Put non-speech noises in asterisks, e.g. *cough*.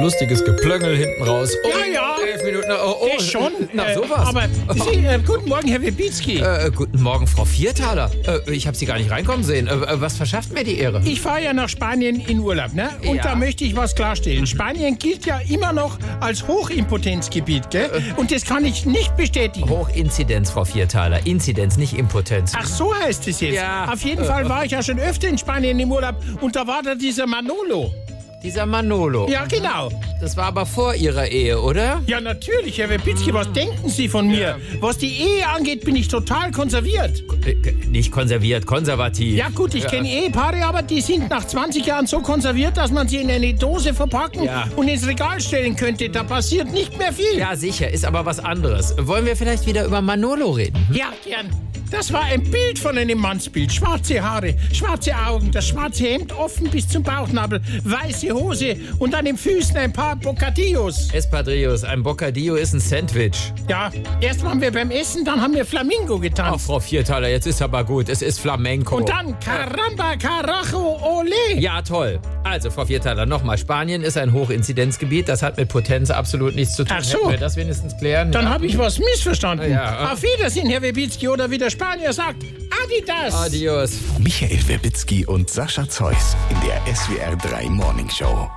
lustiges Geplöngel hinten raus. Oh, Ja, ja. Elf Minuten. Oh, oh. Ich schon. Na, äh, sowas. *laughs* Aber Sie, äh, guten Morgen, Herr Wibitzki. Äh, guten Morgen, Frau Viertaler. Äh, ich habe Sie gar nicht reinkommen sehen. Äh, äh, was verschafft mir die Ehre? Ich fahre ja nach Spanien in Urlaub, ne? Und Ja. Mhm. da möchte ich was klarstellen. Spanien gilt ja immer noch als Hochimpotenzgebiet, gell? Äh. Und das kann ich nicht bestätigen. Hochinzidenz, Frau Viertaler. Inzidenz, nicht Impotenz. Ach, so heißt es jetzt. Ja. Äh. Auf jeden Fall war ich ja schon öfter in Spanien im Urlaub und da war da dieser Manolo. dieser Manolo. Ja, genau. Das war aber vor Ihrer Ehe, oder? Ja, natürlich, Herr Wepitzki, Mhm. was denken Sie von mir? Was die Ehe angeht, bin ich total konserviert. Äh, Nicht konserviert, konservativ. Ja gut, ich kenne Ehepaare, aber die sind nach 20 Jahren so konserviert, dass man sie in eine Dose verpacken Ja. und ins Regal stellen könnte. Da passiert nicht mehr viel. Ja, sicher, ist aber was anderes. Wollen wir vielleicht wieder über Manolo reden? Ja, gern. Das war ein Bild von einem Mannsbild. Schwarze Haare, schwarze Augen, das schwarze Hemd offen bis zum Bauchnabel, weiße Hose und an den Füßen ein paar Bocadillos. Espadrillos, ein Bocadillo ist ein Sandwich. Ja, erst waren wir beim Essen, dann haben wir Flamingo Ach, getanzt. Frau Viertaler, jetzt ist aber gut. Es ist Flamenco. und dann Caramba, Carajo, Ole. Ja, toll. Also, Frau Viertaler, nochmal. Spanien ist ein Hochinzidenzgebiet. Das hat mit Potenz absolut nichts zu tun. Ach so. Hätten wir das wenigstens klären? Dann ja. habe ich was missverstanden. Ja. Auf Wiedersehen, Herr Webitzki, oder wie der Spanier sagt, Adidas. Adios. Michael Werbitzki und Sascha Zeus in der SWR 3 Morning Show.